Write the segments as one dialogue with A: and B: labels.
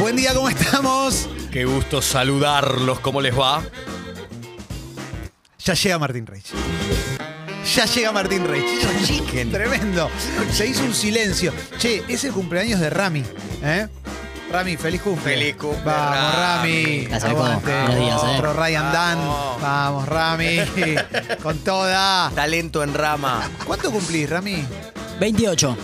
A: Buen día, ¿cómo estamos?
B: Qué gusto saludarlos, ¿cómo les va?
A: Ya llega Martín Reich. Ya llega Martín Reich. Chicken, Tremendo. Se hizo un silencio. Che, es el cumpleaños de Rami. ¿eh? Rami, feliz cumple.
B: Feliz cumple,
A: Vamos,
B: Rami.
A: Rami.
C: La sacó.
A: Aguante.
C: Buenos días, eh.
A: Otro Ryan Dan. Vamos, Rami. Con toda.
B: Talento en rama.
A: ¿Cuánto cumplís, Rami?
C: 28.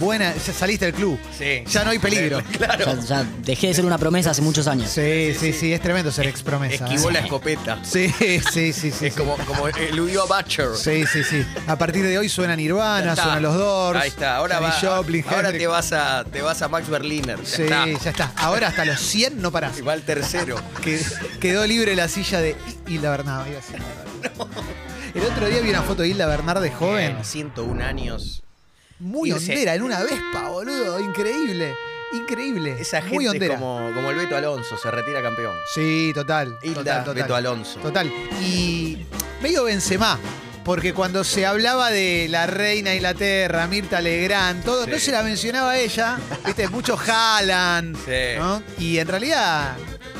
A: Buena, ya saliste del club.
B: Sí.
A: Ya no hay peligro.
C: Ya, ya dejé de ser una promesa hace muchos años.
A: Sí, sí, sí, es tremendo ser ex promesa. ¿eh?
B: Esquivó la escopeta.
A: Sí, sí, sí, sí.
B: Es
A: sí.
B: como, como eludió a Butcher.
A: Sí, sí, sí. A partir de hoy suena
B: Ya
A: Nirvana,
B: está.
A: suenan los Doors.
B: Ahí está, ahora
A: Janis
B: va.
A: Joplin,
B: ahora
A: Hendrix.
B: te vas a te vas a Max Berliner. Ya
A: Sí,
B: está.
A: ya está. Ahora hasta los 100 no parás.
B: Y va al tercero.
A: Que- quedó libre la silla de Hilda Bernard. iba a decir. El otro día vi una foto de Hilda Bernard de joven.
B: Bien, 101 años.
A: Muy
B: Irse.
A: hondera, en una vespa, boludo. Increíble. Increíble.
B: Esa
A: Muy
B: gente es
A: hondera.
B: como, como el Beto Alonso, se retira campeón.
A: Sí, total.
B: Hilda
A: total, total.
B: Beto Alonso.
A: Total. Y medio Benzema. Porque cuando se hablaba de la reina de Inglaterra, Mirta Legrand, todo,
B: Sí.
A: no se la mencionaba ella. Viste, mucho Haaland.
B: Sí.
A: ¿no? Y en realidad,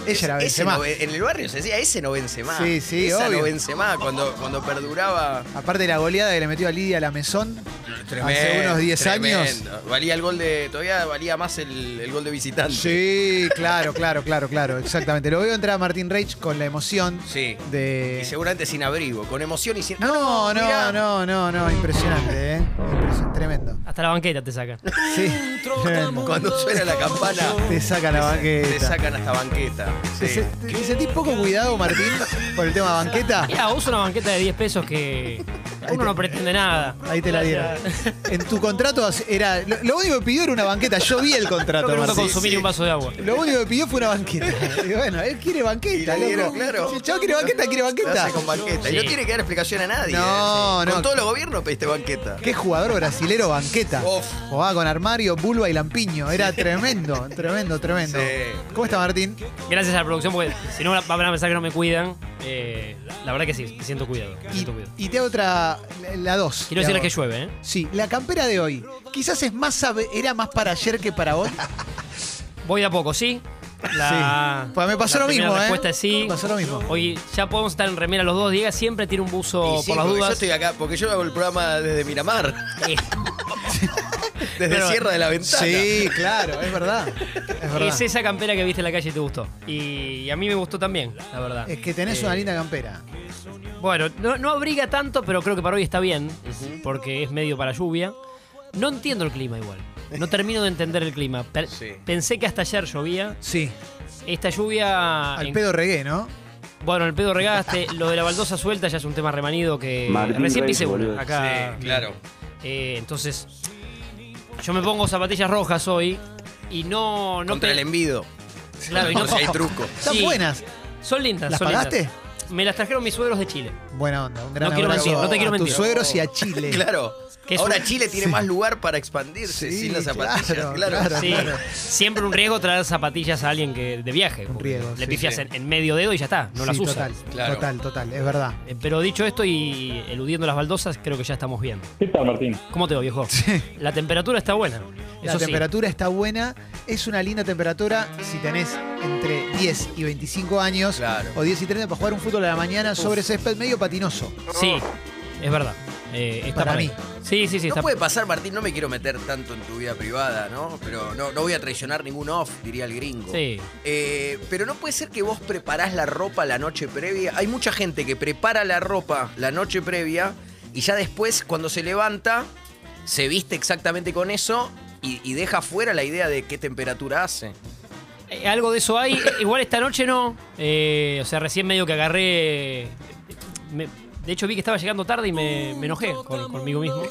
A: ella era
B: Ese
A: Benzema.
B: no ve- en el barrio se decía, ese no vence más.
A: Sí, sí,
B: Esa
A: obvio.
B: no vence más. Cuando, cuando perduraba.
A: Aparte de la goleada que le metió a Lidia a la mesón hace
B: Tremendo,
A: unos 10 años.
B: tremendo. Valía el gol de. Todavía valía más el, el gol de visitante.
A: Sí, claro, claro, claro, claro, exactamente. Lo veo entrar a Martín Reich con la emoción
B: Sí.
A: de...
B: Y seguramente sin abrigo, con emoción y sin.
A: No, no,
B: mirá.
A: no, no, no, impresionante, ¿eh? Impresionante, tremendo.
D: Hasta la banqueta te sacan.
A: Sí, tremendo.
B: Cuando suena la campana,
A: Te saca la
B: te
A: banqueta.
B: sacan hasta banqueta. Sí.
A: Te, se- te sentís poco cuidado, Martín, por el tema banqueta.
D: Mira, usa una banqueta de 10 pesos que uno no pretende nada.
A: Ahí te la dieron.
D: Gracias.
A: En tu contrato era. Lo, lo único que pidió era una banqueta. Yo vi el
D: Creo
A: contrato.
D: que nunca
A: Martín.
D: consumí ni un vaso de agua.
A: Lo único que pidió fue una banqueta. Y bueno, él quiere banqueta,
B: Y le dieron,
A: loco.
B: claro.
A: Si el chavo quiere banqueta, quiere
B: Lo
A: banqueta.
B: hace con banqueta. Y no
D: Sí.
B: tiene que dar explicación a nadie.
A: No,
B: ¿eh?
A: no.
B: Con todos los gobiernos pediste banqueta.
A: Qué jugador brasilero banqueta.
B: Uf.
A: Jugaba con Armario, Bulba y Lampiño. Era tremendo, tremendo, tremendo.
B: Sí.
A: ¿Cómo está Martín?
D: Gracias a la producción, porque si no van a pensar que no me cuidan. Eh, la verdad que sí, me siento cuidado. Me
A: Y,
D: siento cuidado.
A: y te hago otra, la- la dos.
D: Quiero
A: te
D: decirles
A: hago.
D: que llueve, ¿eh?
A: Sí, la campera de hoy. Quizás es más sabe- era más para ayer que para hoy.
D: Voy de a poco, ¿sí? La,
A: Sí. Pues me pasó
D: la
A: lo
D: primera
A: mismo, ¿eh?
D: respuesta es sí.
A: Me pasó lo mismo.
D: Hoy ya podemos estar en remera los dos. Diego siempre tiene un buzo
B: Y sí,
D: por las
B: porque
D: dudas.
B: Yo estoy acá, porque yo hago el programa desde Miramar,
D: Eh,
B: desde
D: Pero-
B: Sierra de la Ventana.
A: Sí, claro, es verdad. Es verdad.
D: es esa campera que viste en la calle y te gustó. Y, y a mí me gustó también, la verdad.
A: Es que tenés
D: Eh,
A: una linda campera.
D: Bueno, no, no abriga tanto, pero creo que para hoy está bien, porque es medio para lluvia. No entiendo el clima igual. No termino de entender el clima. Per-
B: Sí.
D: Pensé que hasta ayer llovía.
A: Sí.
D: Esta lluvia.
A: Al
D: en-
A: pedo regué, ¿no?
D: Bueno, el pedo regaste. lo de la baldosa suelta ya es un tema remanido que. Recién pisé uno acá.
B: Sí, claro.
D: Eh, entonces. Yo me pongo zapatillas rojas hoy y no. no
B: Contra
D: pe-
B: el em- envido.
D: Claro, y
B: No,
D: no.
B: si hay truco.
A: Están
D: Sí.
A: buenas.
D: Son lindas.
A: ¿Las
D: son lindas.
A: pagaste?
D: Me las trajeron mis suegros de Chile.
A: Buena onda, un gran
D: No quiero
A: abrazo
D: mentir, no te
A: a
D: quiero
A: tus
D: mentir.
A: suegros y a Chile.
B: Claro.
D: Que es
B: Ahora
D: una-
B: Chile tiene más lugar para expandirse
A: Sí,
B: sin las zapatillas.
A: claro,
B: Claro,
A: claro.
D: Sí, siempre un riesgo traer zapatillas a alguien que de viaje.
A: Un
D: porque
A: riesgo,
D: Le
A: sí,
D: pifias
B: sí.
D: En, en medio dedo y ya está, no las
A: Sí,
D: usas.
A: total,
B: Claro.
A: total, total, es verdad.
D: Eh, Pero dicho esto y eludiendo las baldosas, creo que ya estamos bien.
E: ¿Qué tal, Martín?
D: ¿Cómo te va, viejo? La temperatura está buena.
A: La
D: Eso sí.
A: temperatura está buena, es una linda temperatura si tenés entre 10 y 25 años
B: Claro.
A: o 10 y 30 para jugar un fútbol a la mañana sobre césped medio patinoso.
D: Sí, es verdad. Eh, está
A: Para
D: ahí.
A: mí.
D: Sí, sí, sí.
B: No
D: está-
B: puede pasar, Martín, no me quiero meter tanto en tu vida privada, ¿no? Pero no, no voy a traicionar ningún off, diría el gringo.
D: Sí.
B: Eh, pero no puede ser que vos preparás la ropa la noche previa. Hay mucha gente que prepara la ropa la noche previa y ya después, cuando se levanta, se viste exactamente con eso y, y deja fuera la idea de qué temperatura hace.
D: Eh, algo de eso hay. Eh, Igual esta noche no. Eh, o sea, recién medio que agarré. eh, me- de hecho, vi que estaba llegando tarde y me, me enojé con- conmigo mismo.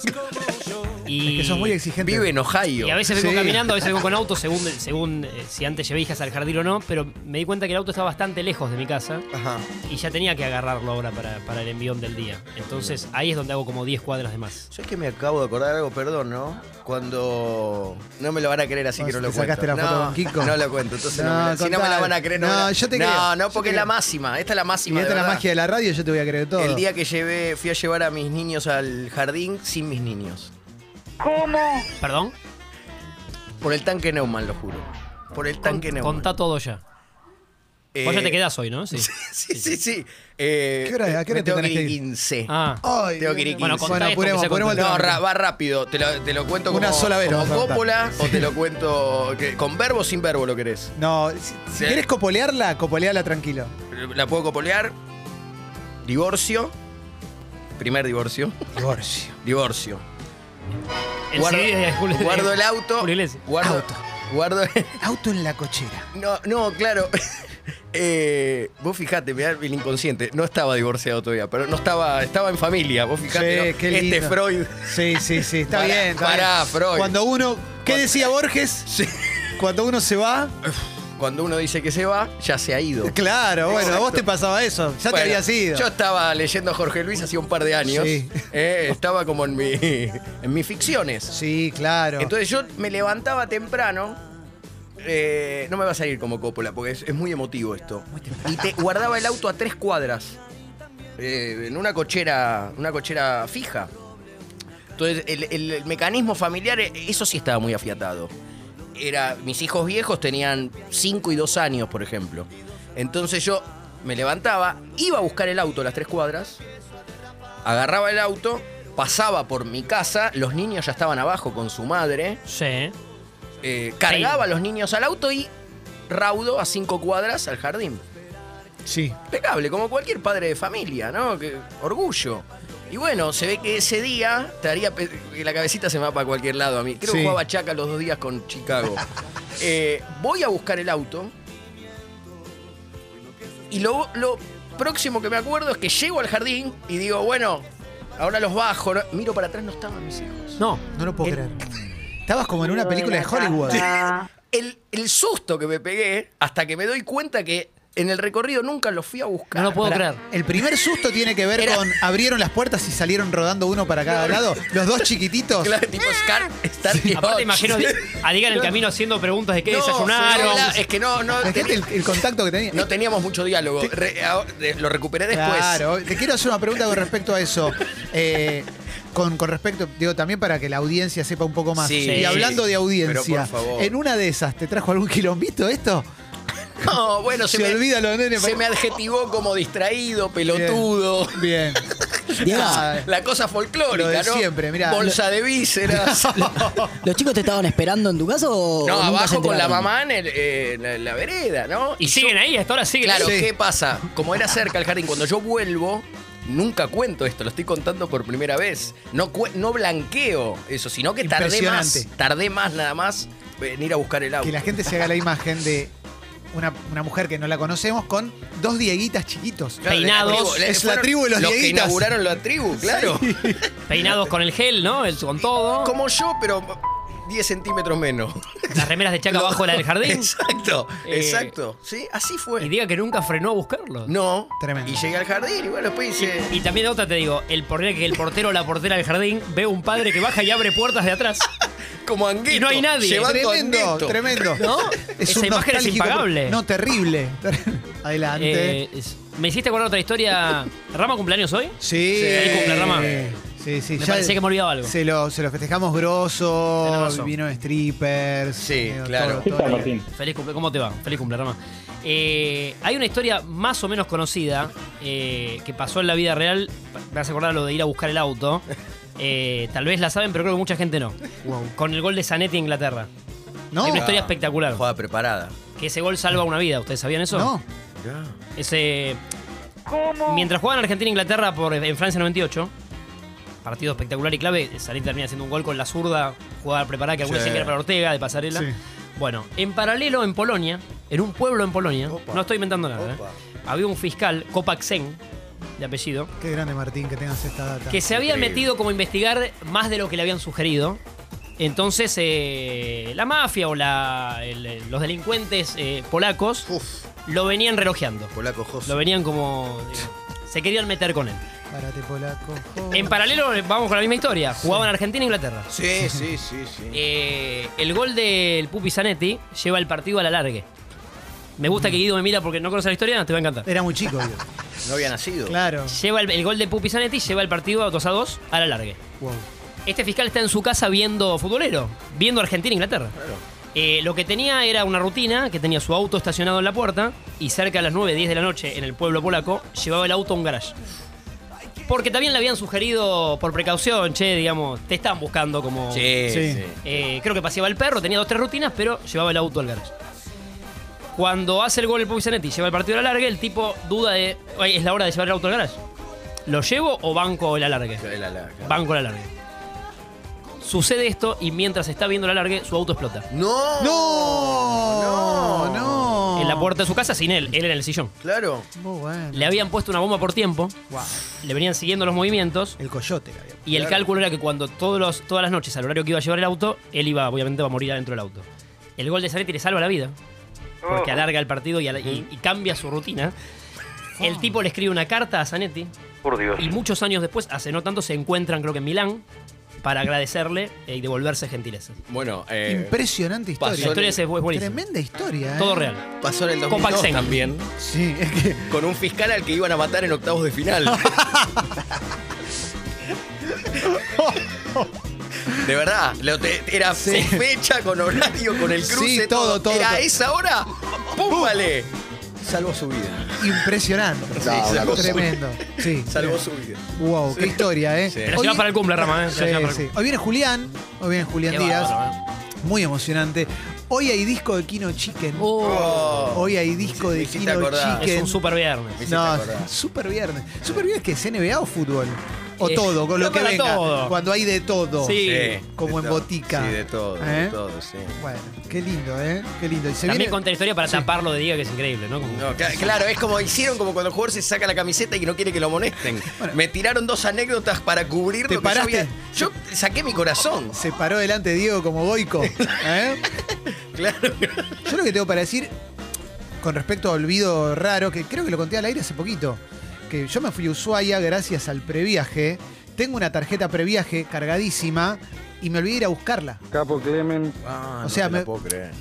D: Y,
A: Es que sos muy exigente.
B: Vive en Ohio.
D: Y a veces vengo
A: Sí.
D: caminando, a veces vengo con auto, según, según eh, si antes llevé hijas al jardín o no, pero me di cuenta que el auto estaba bastante lejos de mi casa
B: Ajá.
D: y ya tenía que agarrarlo ahora para, para el envión del día. Entonces ahí es donde hago como 10 cuadras de más.
B: ¿Sabes que me acabo de acordar algo? Perdón, ¿no? Cuando. No me lo van a creer, así
A: Cuando
B: que no lo
A: te
B: cuento.
A: sacaste la foto
B: no,
A: con Kiko.
B: No lo cuento, entonces no,
A: No,
B: me la- si no me la
A: contá.
B: van a creer, no. me
A: No,
B: la-
A: yo te
B: No,
A: creo,
B: no,
A: yo
B: porque
A: te
B: es la
A: creo.
B: máxima. Esta es la
A: Si
B: máxima.
A: esta
B: de
A: es la
B: verdad.
A: magia de la radio, yo te voy a creer todo.
B: El día que llevé, fui a llevar a mis niños al jardín sin mis niños.
D: ¿Perdón?
B: Por el tanque Neumann, lo juro. Por el tanque
D: Con-
B: Neumann.
D: contá todo ya.
B: Eh,
D: Vos ya te quedás hoy, ¿no? Sí.
B: Sí, sí, sí. Eh,
A: ¿Qué hora- a qué hora te
B: me tengo
A: tenés que ir?
B: 15.
D: Ah.
A: Ay,
B: Tengo que ir
A: bueno,
B: Bueno,
D: contá
A: bueno
D: esto que
A: apuremos,
D: se
A: apuremos el
B: No,
A: trámite.
B: ra- va rápido. Te lo, te lo cuento como,
A: Una sola vez lo
B: como
A: vas a contar.
B: cópola o te lo cuento que- con verbo o sin verbo lo querés.
A: No, si, si
B: Sí.
A: querés copolearla, copoleala tranquilo.
B: La puedo copolear. Divorcio. Primer divorcio.
A: Divorcio.
B: Divorcio.
D: El CD de Julio- de
B: guardo el auto.
D: Julio Iglesias.
B: Guardo,
A: Auto.
B: guardo-
A: Auto en la cochera.
B: No, no, claro. Eh, vos fijate, mirá el inconsciente. No estaba divorciado todavía, pero no estaba, estaba en familia. Vos fijate.
A: Sí,
B: ¿no?
A: qué lindo.
B: Este Freud.
A: Sí, sí, sí, está
B: Pará,
A: bien. Está
B: pará,
A: bien.
B: Freud.
A: Cuando uno. ¿Qué decía Borges?
B: Sí.
A: Cuando uno se va.
B: Cuando uno dice que se va, ya se ha ido.
A: Claro, bueno, a vos
B: Exacto.
A: te pasaba eso. Ya te
B: Bueno,
A: habías ido.
B: Yo estaba leyendo a Jorge Luis hace un par de años.
A: Sí.
B: Eh, estaba como en, mi, en mis ficciones.
A: Sí, claro.
B: Entonces yo me levantaba temprano. eh, no me va a salir como Coppola, porque es, es muy emotivo esto. Y te guardaba el auto a tres cuadras. eh, en una cochera. Una cochera fija. Entonces, el, el- el mecanismo familiar, eh, eso sí estaba muy afiatado. Era, mis hijos viejos tenían 5 y 2 años, por ejemplo. Entonces yo me levantaba, iba a buscar el auto a las tres cuadras, agarraba el auto, pasaba por mi casa, los niños ya estaban abajo con su madre,
D: Sí.
B: eh, cargaba a los niños al auto y raudo a cinco cuadras al jardín.
A: sí.
B: Impecable, como cualquier padre de familia, ¿no? Que, orgullo. Y bueno, se ve que ese día te haría pe- que la cabecita se me va para cualquier lado a mí. Creo
A: Sí.
B: que jugaba Chaca los dos días con Chicago. Eh, voy a buscar el auto. Y lo, lo próximo que me acuerdo es que llego al jardín y digo, bueno, ahora los bajo. ¿no? Miro para atrás, no estaban mis hijos.
D: No.
A: No lo puedo
B: El-
A: creer. Estabas como en una película de Hollywood.
B: El, el susto que me pegué hasta que me doy cuenta que en el recorrido nunca los fui a buscar.
D: No lo puedo
B: Pará.
D: creer.
A: El primer susto tiene que ver
B: Era-
A: con abrieron las puertas y salieron rodando uno para cada lado. Los dos chiquititos.
B: Claro, tipo Scar, Star y Hutch.
D: Aparte, imagino
B: Sí.
D: a Diga en el camino haciendo preguntas de qué
B: No,
D: desayunaron.
B: sí, es que no, no,
A: Fíjate el, el contacto que tenía.
B: no teníamos mucho diálogo. Re- ah, de- lo recuperé después.
A: Claro, te quiero hacer una pregunta con respecto a eso. Eh, con, con respecto, digo, también para que la audiencia sepa un poco más.
B: Sí,
A: y hablando
B: sí.
A: de audiencia,
B: Pero por favor.
A: en una de esas, ¿te trajo algún quilombito esto?
B: No, bueno, se,
A: Se
B: me,
A: olvida los nenes.
B: se me adjetivó como distraído, pelotudo.
A: Bien.
C: Diego,
A: Ah,
B: La cosa folclórica,
A: Lo de
B: ¿no?
A: siempre, mirá.
B: Bolsa de vísceras.
C: ¿los chicos te estaban esperando en tu casa o.?
B: no,
C: o nunca
B: abajo
C: se
B: con la
C: enteraron?
B: mamá en, el- eh, en la, en la vereda, ¿no?
D: Y siguen ahí, hasta ahora siguen
B: Claro,
D: ahí.
A: Sí.
B: ¿qué pasa? Como era cerca el jardín, cuando yo vuelvo, nunca cuento esto, lo estoy contando por primera vez. No, cu- no blanqueo eso, sino que tardé más,
A: Impresionante.
B: tardé más nada más en ir a buscar el auto.
A: que la gente se haga la imagen de una, una mujer que no la conocemos con dos dieguitas chiquitos.
B: Claro, de
D: Peinados.
B: tribu, le-
A: Es la
B: fueron
A: tribu de los
B: que
A: dieguitas.
B: inauguraron la tribu, claro.
D: Peinados con el gel, ¿no? El, con todo.
B: Como yo, pero 10 centímetros menos.
D: Las remeras de Chaca abajo de la del jardín.
B: Exacto,
D: Eh,
B: exacto. Sí, así
D: Y
B: fue.
D: diga que nunca frenó a buscarlo.
B: No.
A: Tremendo.
B: Y llegué al jardín y bueno, después hice...
D: Y también otra te digo, el portero que el portero o la portera del jardín ve un padre que baja y abre puertas de atrás.
B: Como anguito.
D: Y no hay nadie.
B: llevando
A: Tremendo,
B: anguito.
A: tremendo.
D: ¿No? Esa imagen es
A: nostálgico-
D: impagable.
A: No, terrible. Adelante.
D: Eh, es- me hiciste acordar otra historia. ¿Rama cumpleaños hoy?
A: Sí.
D: Feliz cumple, Rama.
A: Sí, sí.
D: Me parecía que me olvidaba algo.
A: Se lo, se lo festejamos
D: Tenés
A: grosso,
D: razón.
A: vino de strippers. eh,
B: Sí,
A: digo,
B: claro.
E: ¿Qué
A: Então é
E: tal, Martín?
D: Feliz cumple, ¿Cómo te va? Feliz cumple, Rama. Eh, hay una historia más o menos conocida eh, que pasó en la vida real. Me hace acordar lo de ir a buscar el auto. Eh, tal vez la saben, pero creo que mucha gente no. Con el gol de Zanetti a Inglaterra.
A: No, Ah.
D: Hay una historia espectacular.
B: Jugada preparada.
D: Que ese gol salva una vida. ¿Ustedes sabían eso?
A: no.
D: Ese. Mientras jugaban Argentina e Inglaterra por, en Francia 98, partido espectacular y clave, Sarit termina haciendo un gol con la zurda, jugada preparada que algunos
B: Sí.
D: decían que era para Ortega, de pasarela.
A: Sí.
D: Bueno, en paralelo en Polonia, en un pueblo en Polonia,
B: Opa.
D: no estoy inventando nada,
B: Opa.
D: ¿eh? había un fiscal, Kopaxen, de apellido,
A: Qué grande, Martín, que tengas esta data.
D: que se había
B: Increíble.
D: metido como a investigar más de lo que le habían sugerido. Entonces, eh, la mafia o la- el- los delincuentes eh, polacos
B: Uf,
D: lo venían relojeando.
B: polaco Jos.
D: Lo venían como. digo, se querían meter con él.
A: Párate, polaco. jo.
D: En paralelo, eh, vamos con la misma historia. Jugaban Argentina e Inglaterra.
B: Sí, sí, sí, sí.
D: Eh, el gol del Pupi Zanetti lleva el partido a la largue. Me gusta que Guido me mira porque no conoce la historia, te va a encantar.
A: Era muy chico, yo.
B: no había nacido.
A: Claro.
D: Lleva el, el gol de Pupi Zanetti, lleva el partido 2 a 2 a la largue.
A: Wow.
D: Este fiscal está en su casa viendo futbolero, viendo Argentina e Inglaterra.
B: Claro.
D: Eh, lo que tenía era una rutina, que tenía su auto estacionado en la puerta y cerca de las 9, 10 de la noche en el pueblo polaco, llevaba el auto a un garage. Porque también le habían sugerido por precaución, che, digamos, te están buscando como...
B: Sí,
A: Sí.
B: sí.
D: Eh, creo que paseaba el perro, tenía dos tres rutinas, pero llevaba el auto al garage. Cuando hace el gol el Pupi Zanetti, lleva el partido al alargue, el tipo duda de, "Oye, ¿es la hora de llevar el auto al garage? ¿Lo llevo o banco el alargue?
B: La- la- la-
D: Banco el alargue. Sucede esto y mientras está viendo el alargue, su auto explota.
B: No.
A: ¡No!
B: No.
E: Oh.
A: ¡No!
D: En la puerta de su casa sin él, él en el sillón.
B: Claro.
A: Muy bueno.
D: Le habían puesto una bomba por tiempo,
A: Guau.
D: le venían siguiendo los movimientos
A: El coyote, la había.
D: y el
B: Claro.
D: cálculo era que cuando todos los- todas las noches al horario que iba a llevar el auto, él iba, obviamente, va a morir adentro del auto. El gol de Zanetti le salva la vida, porque
E: Oh.
D: alarga el partido y, ala- y- y cambia su rutina. El tipo le escribe una carta a Zanetti
E: Por Dios.
D: y muchos años después, hace no tanto, se encuentran, creo que en Milán, para agradecerle eh, y devolverse gentilezas.
B: Bueno, eh,
A: Impresionante
D: La
B: pasó
A: historia.
D: historia es es buenísima.
A: Tremenda historia, ¿eh?
D: Todo real.
B: pasó en el
D: Copa
B: 2002
D: Xengen.
B: también
A: Sí, es que.
B: con un fiscal al que iban a matar en octavos de final. De verdad, lo te- era
A: Sí.
B: sin fecha, con horario, con el
A: Sí,
B: cruce,
A: todo,
B: todo,
A: todo,
B: Era
A: todo.
B: a esa hora, ¡púmbale! Salvó su vida.
A: Impresionante.
B: Sí, una
A: Salvo
B: cosa.
A: tremendo. Sí.
B: Salvó su vida.
A: Wow, qué historia, ¿eh?
B: Sí.
D: Te la
A: Hoy-
D: lleva para el cumple, Rama, ¿eh? Te la
A: Sí,
D: lleva para el
A: sí.
D: cumple.
A: Hoy viene Julián, hoy viene Julián
D: Qué
A: Díaz.
D: bárbaro, ¿eh?
A: Muy emocionante. Hoy hay disco de Kino Chicken.
D: Uh.
B: Oh.
A: Hoy hay disco
B: Me
A: de
B: hiciste
A: Kino
B: acordar.
A: Chicken.
D: Es un super viernes.
B: Me hiciste
A: No,
B: acordar.
A: super viernes. Super viernes que es NBA o fútbol. O
D: Eh,
A: todo, con lo
D: no
A: que
D: para
A: venga.
D: todo.
A: Cuando hay de todo.
D: Sí.
A: Como
B: de
A: en
B: todo.
A: botica.
B: Sí, de todo,
A: ¿Eh?
B: de todo, sí.
A: Bueno, qué lindo, ¿eh? Qué lindo. Y se
D: También
A: viene-
D: conté la historia para taparlo de Diga, que es increíble, ¿no? Como-
B: No, cla- claro, es como hicieron como cuando el jugador se saca la camiseta y que no quiere que lo molesten. Me tiraron dos anécdotas para cubrir
A: ¿Te
B: lo que yo
A: paraste?
B: había- Yo saqué mi corazón.
A: Se paró delante de Diego como boico. ¿eh?
B: Claro.
A: Yo lo que tengo para decir con respecto a olvido raro, que creo que lo conté al aire hace poquito, que yo me fui a Ushuaia gracias al previaje. Tengo una tarjeta previaje cargadísima y me olvidé ir a buscarla.
F: Capo Clemen,
A: O sea, me-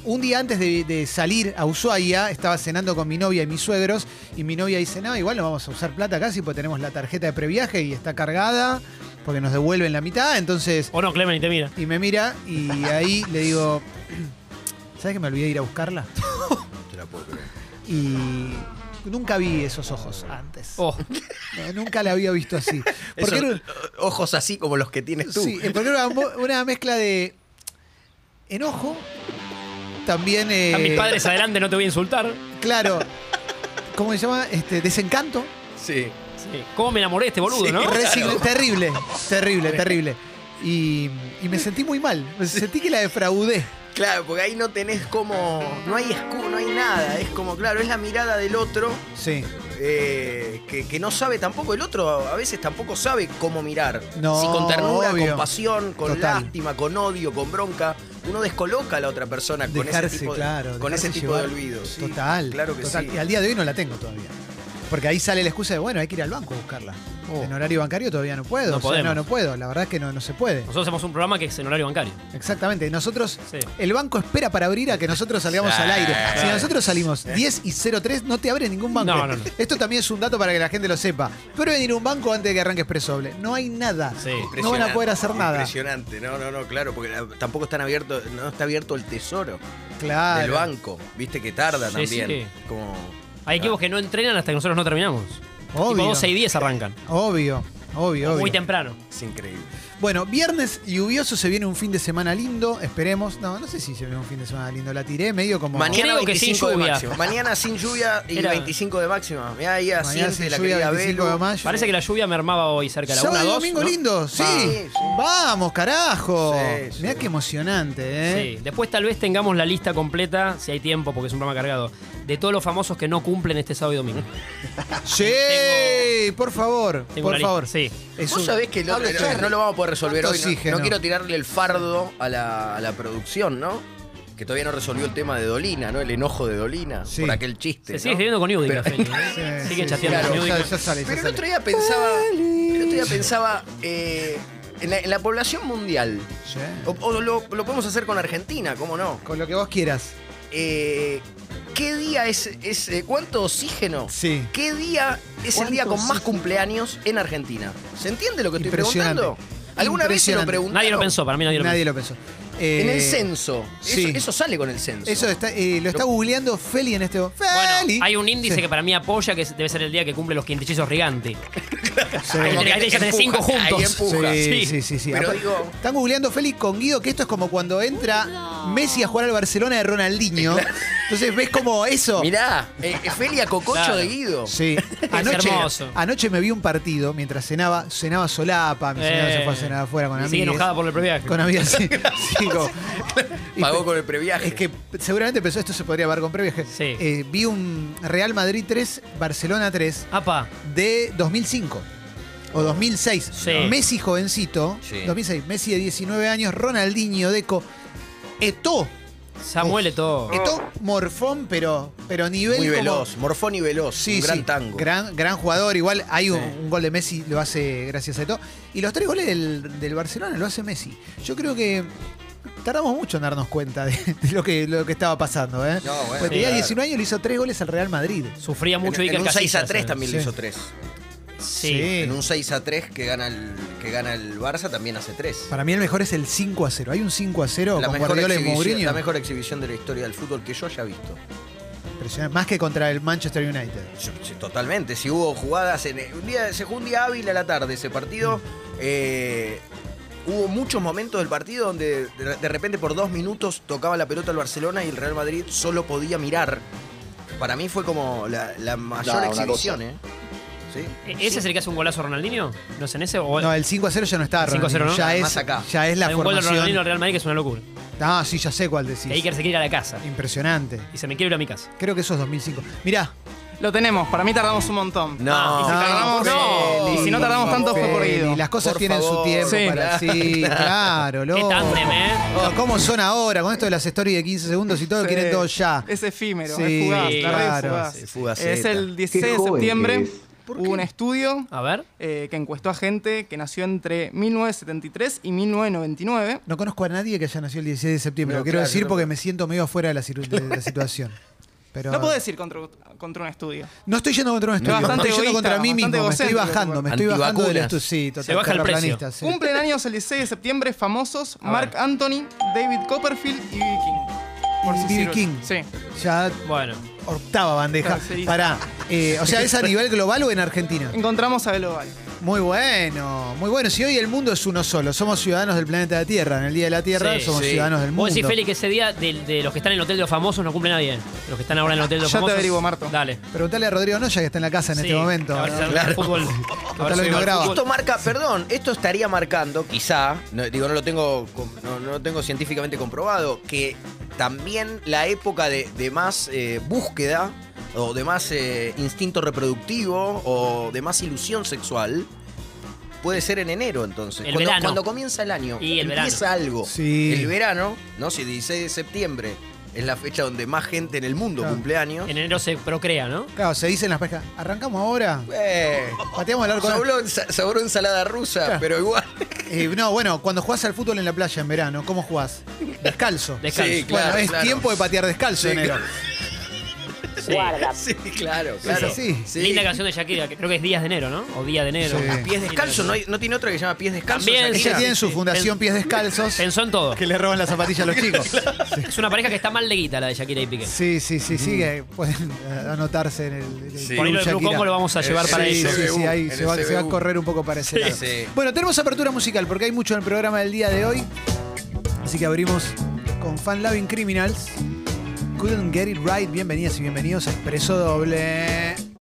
A: un día antes de, de salir a Ushuaia, estaba cenando con mi novia y mis suegros, y mi novia dice, no, igual no vamos a usar plata casi, porque tenemos la tarjeta de previaje y está cargada, porque nos devuelven la mitad, entonces...
D: O no, Clemen, y te mira.
A: Y me mira y ahí le digo, ¿sabes que me olvidé de ir a buscarla? Y nunca vi esos ojos antes.
D: Oh,
A: No, nunca la había visto así. Porque,
B: Esos,
A: era,
B: eh, ojos así como los que tienes tú.
A: sí, eh, porque era una, mo- una mezcla de enojo, también... eh,
D: a mis padres adelante, no te voy a insultar.
A: Claro. ¿Cómo se llama? Este, desencanto.
B: Sí.
D: Sí. ¿Cómo me enamoré de este boludo,
B: Sí,
D: no?
B: re-
A: Resign-
B: Claro.
A: Terrible, terrible, terrible. Y, y me sentí muy mal. Me sentí que la defraudé.
B: Claro, porque ahí no tenés como. No hay escudo, no hay nada. Es como, claro, es la mirada del otro
A: Sí.
B: eh, que, que no sabe tampoco. El otro a veces tampoco sabe cómo mirar.
A: No,
B: si con ternura,
A: obvio.
B: con pasión, con
A: Total.
B: lástima, con odio, con bronca. Uno descoloca a la otra persona con
A: Dejarse,
B: ese tipo, de-
A: claro.
B: con
A: dejarse
B: ese tipo de
A: llevar.
B: olvidos. sí.
A: total.
B: Claro que
A: total.
B: sí.
A: Y al día de hoy no la tengo todavía. Porque ahí sale la excusa de, bueno, hay que ir al banco a buscarla.
D: Oh.
A: En horario bancario todavía no puedo.
D: No
A: o sea,
D: podemos.
A: no, no puedo. La verdad es que no, no se puede.
D: Nosotros hacemos un programa que es en horario bancario.
A: Exactamente. Nosotros,
D: Sí.
A: el banco espera para abrir a que nosotros salgamos al aire. Si nosotros salimos 10 y 03, no te abre ningún banco.
D: No, no, no.
A: Esto también es un dato para que la gente lo sepa. Prueben ir a un banco antes de que arranque Expreso Doble. No hay nada.
D: Sí.
A: No van a poder hacer nada.
B: Impresionante, no, no, no, claro, porque la- tampoco están abiertos, no está abierto el tesoro
A: Claro.
B: del banco, viste que tarda
D: Sí,
B: también.
D: sí.
B: Como,
D: Hay equipos que no entrenan hasta que nosotros no terminamos.
A: Obvio.
D: Tipo 12 y 10 arrancan.
A: Obvio. Obvio,
D: Muy
A: obvio.
D: temprano.
B: es increíble.
A: Bueno, viernes lluvioso se viene un fin de semana lindo, esperemos. No, no sé si se viene un fin de semana lindo, la tiré medio como.
B: Mañana
D: Creo que sin
B: 25 de
D: lluvia.
B: máxima. Mañana sin lluvia y
D: Era-
B: 25 de máxima. Mirá ahí
A: Mañana
B: asciende
A: sin
B: la
A: lluvia,
B: querida
A: 25 de
B: Belu.
A: mayo.
D: Parece que la lluvia mermaba hoy cerca de la 1
A: Sábado y
D: 2.
A: domingo
D: ¿no?
A: lindo, sí.
B: Sí, sí.
A: Vamos, carajo.
B: Sí, sí.
A: Mirá qué emocionante, ¿eh?
D: Sí. Después tal vez tengamos la lista completa, si hay tiempo, porque es un programa cargado, de todos los famosos que no cumplen este sábado y domingo.
A: Sí, por favor,
D: Tengo
A: por
D: una lista,
A: favor.
D: sí.
A: Es
B: Vos
A: un-
B: sabés que el otro-
A: Habla
B: no-
A: Charlie.
B: no lo vamos a poder resolver
A: ¿Cuánto
B: hoy. No,
A: oxígeno?
B: No quiero tirarle el fardo a la, a la producción, ¿no? Que todavía no resolvió el tema de Dolina, ¿no? El enojo de Dolina
A: Sí.
B: por aquel chiste.
D: Se
B: ¿no?
D: sigue escribiendo con Udica,
B: Pero-
D: Feli, ¿eh?
A: Sí,
D: Sigue
A: sí,
D: chateando
A: sí,
B: con
A: claro,
D: Udica.
A: ya- ya sale, ya
B: Pero el
A: sale.
B: otro día pensaba. El otro día pensaba. eh, en, la, en la población mundial.
A: Sí.
B: O, o lo, lo podemos hacer con Argentina, ¿cómo no?
A: Con lo que vos quieras.
B: Eh, ¿Qué día es, es. eh, ¿Cuánto oxígeno?
A: Sí.
B: ¿Qué día es el día
C: ¿Cuánto
B: con más
C: oxígeno?
B: cumpleaños en Argentina? ¿Se entiende lo que estoy
A: Impresionante.
B: preguntando? ¿Alguna vez se lo
A: Impresionante.
B: preguntaron?
D: Nadie lo pensó, para mí nadie lo
A: Nadie lo pensó.
B: En
A: Eh,
B: el censo. Eso-
A: sí.
B: Eso, sale con el censo.
A: Eso está, eh, lo está googleando Feli en este momento.
D: pensó.
A: Feli.
D: Bueno, hay un índice
A: Sí.
D: que para mí apoya que debe ser el día que cumple los quintichizos Riganti.
A: Sí.
D: Ahí
B: Como que
D: ya
B: te
D: tenés cinco
B: empuja,
D: juntos.
B: ahí empuja.
A: Sí,
D: Sí.
A: sí, sí, sí.
B: Pero
A: Apa-
B: digo-
A: Están googleando Félix con Guido, que esto es como cuando entra Messi a jugar al Barcelona de Ronaldinho. Entonces ves como eso.
B: Mirá, eh, eh, Felia Cococho
D: Claro.
B: de Guido.
A: Sí. Anoche,
D: hermoso.
A: anoche me vi un partido mientras cenaba, cenaba solapa, mi señora se fue a cenar afuera con
D: Eh. Y Sigue
A: amigos.
D: enojada por el previaje.
A: Con amigos, sí. sí, como- Y
B: Pagó
A: pe-
B: con el previaje.
A: Es que seguramente pensó esto se podría ver con previaje.
D: Sí.
A: Eh, vi un Real Madrid 3, Barcelona 3
D: Apa,
A: de 2005
B: Oh.
A: o 2006.
D: Sí.
A: Messi jovencito,
B: Sí.
A: 2006, Messi de 19 años, Ronaldinho, Deco, Eto,
D: Samuel Eto'o.
A: Eto morfón, pero pero nivel
B: Oh. Muy
A: como-
B: veloz, morfón y veloz.
A: Sí,
B: un gran
A: sí,
B: tango.
A: Gran, gran jugador, igual hay un, un gol de Messi, lo hace gracias a Eto. Y los tres goles del, del Barcelona lo hace Messi. Yo creo que tardamos mucho en darnos cuenta de, de lo que lo que estaba pasando, ¿eh?
B: No, bueno,
A: Porque tenía
B: claro.
A: 19 años y le hizo tres goles al Real Madrid.
D: Sufría
B: En,
D: mucho
B: en
D: Iker
B: un 6 a
D: Casillas.
B: 3 también le
A: Sí.
B: hizo 3.
D: Sí.
B: En un 6 a 3 que gana el, que gana el Barça también hace 3.
A: Para mí el mejor es el 5 a 0. Hay un 5 a 0
B: La
A: con
B: mejor,
A: Guardiola y
B: exhibición-
A: Mourinho.
B: la mejor exhibición de la historia del fútbol que yo haya visto.
A: Impresionante. Más que contra el Manchester United.
B: Sí, sí, Totalmente, si hubo jugadas en. Un día, se jugó un día hábil a la tarde ese partido. eh, hubo muchos momentos del partido donde de, de repente por dos minutos tocaba la pelota al Barcelona y el Real Madrid solo podía mirar. Para mí fue como la, la mayor
E: una
B: exhibición, ¿eh? ¿Sí?
D: ¿E- ¿Ese es el que hace un golazo a Ronaldinho? ¿No es en ese? ¿O
A: No, el 5 a 0 ya no está.
D: El 5 a 0
A: Ronaldinho.
D: no,
A: Ya,
B: nada
A: es,
B: más acá.
A: ya es la
D: hay un gol de Ronaldinho al
A: formación.
D: Real Madrid que es una locura.
A: Ah, sí, ya sé cuál decís.
D: Que Iker se quiere ir a la casa.
A: Impresionante.
D: Y se me quiere ir a mi casa.
A: Creo que eso es 2005. Mirá.
F: Lo tenemos, para mí tardamos un montón.
B: No.
F: y si tardamos,
A: Feli,
F: y si no tardamos
A: por
F: tanto fue
A: favor,
F: por Guido.
A: Feli, Las cosas
B: Por
A: tienen su
B: favor.
A: tiempo
F: Sí.
A: para sí. Claro,
D: ¡Qué
A: loco.
D: tándem, eh!
A: No, ¿Cómo son ahora? Con esto de las stories de 15 segundos y todo,
F: Sí.
A: quieren todo ya.
F: Es efímero,
A: Sí,
F: es fugaz, la red
A: claro.
F: es
B: Es
F: fugaz.
B: fugaceta.
F: Es el 16
E: Qué
F: de
E: joven que
F: septiembre,
E: es.
F: hubo un estudio
A: Ah.
D: A ver.
F: eh, que encuestó a gente que nació entre 1973 y 1999.
A: No conozco a nadie que haya nacido el 16 de septiembre.
B: No,
A: lo quiero
B: claro,
A: decir
B: yo
A: porque
B: tampoco.
A: me siento medio afuera de la, ciru- de la situación. Pero
F: No puedo decir contra, contra un estudio.
A: No estoy yendo contra un estudio.
F: bastante
A: estoy yendo
F: egoísta,
A: contra mí
F: bastante
A: mismo. Me estoy
F: egocéntrico,
A: bajando. Me estoy
B: Antivacunas.
A: bajando del estudio. Sí, total,
D: Se baja el precio.
A: terraplanista, sí.
F: Cumplen años el 16 de septiembre famosos
D: A
F: Mark
D: ver.
F: Anthony, David Copperfield y B.B. King. Por
A: Y
F: si
A: B.B.
F: sirve.
A: King.
F: Sí.
A: Ya
D: Bueno.
A: octava bandeja.
F: Claro, sí.
A: Pará. Eh, o sea, ¿es a nivel global o en Argentina?
F: Encontramos a Beloval.
A: Muy bueno, muy bueno. Si hoy el mundo es uno solo, somos ciudadanos del planeta de Tierra. En el Día de la Tierra
D: Sí,
A: somos
B: sí.
A: ciudadanos del mundo.
D: Vos decís, Feli, que ese día de, de los que están en el Hotel de los Famosos no cumple nadie. Los que están ahora en el Hotel de los
F: Ya te
D: Famosos.
F: averiguo, Marto.
D: Dale.
A: Preguntale a Rodrigo Noya que está en la casa en
D: Sí,
A: este momento.
D: A ver si
A: ¿no?
D: sabe
B: Claro.
D: el fútbol. A ver
A: lo
D: si sabe el
A: ignoraba.
D: fútbol.
B: Esto marca, perdón, esto estaría marcando, quizá, no, digo, no lo tengo, com- no, no lo tengo científicamente comprobado, que también la época de, de más eh, búsqueda o de más eh, instinto reproductivo o de más ilusión sexual puede ser en enero, entonces.
D: El
B: cuando,
D: verano.
B: cuando comienza el año,
D: Y el
B: empieza algo.
A: Sí.
B: El verano, ¿no? Si 16 de septiembre es la fecha donde más gente en el mundo
A: Claro.
B: cumple años.
D: En enero se procrea, ¿no?
A: Claro, se dicen las pescas. Arrancamos ahora.
B: Eh,
A: Pateamos el arco.
B: sobró, ensa- sobró ensalada rusa, pero igual.
A: Eh, no, bueno, cuando jugás al fútbol en la playa en verano, ¿cómo jugás? Descalzo.
D: Descalzo.
B: Sí,
A: Bueno,
B: claro,
A: es
B: claro.
A: tiempo de patear descalzo
B: Sí,
A: enero.
D: Sí.
B: Sí, claro, claro.
A: Es así.
B: Sí.
D: Linda canción de Shakira, que creo que es Días de Enero, ¿no? O Día de Enero.
A: Sí.
B: Pies descalzo, no, hay- no tiene otra que se llama pies descalzo.
D: También,
B: Shakira?
D: sí,
A: Ella
D: sí,
A: tiene su
D: sí.
A: fundación Pies Descalzos
D: Pensó en todo.
A: que le roban las zapatillas a los chicos.
D: Es una pareja que está mal de guita, la de Shakira y Piqué.
A: Sí, sí, sí, sí, que pueden eh, anotarse en el, en el
B: Sí.
D: Por
A: club
D: ahí lo de Blue
A: Shakira.
D: Congo lo vamos a llevar para
A: Sí,
D: eso.
A: sí, sí, ahí
B: en
A: se
B: el
A: va, se va a
B: CBU.
A: correr un poco para ese lado.
B: sí.
A: Bueno, tenemos apertura musical porque hay mucho en el programa del día de hoy. Así que abrimos con Fan Loving Criminals. Couldn't Get It Right. Bienvenidas y bienvenidos a Expreso Doble.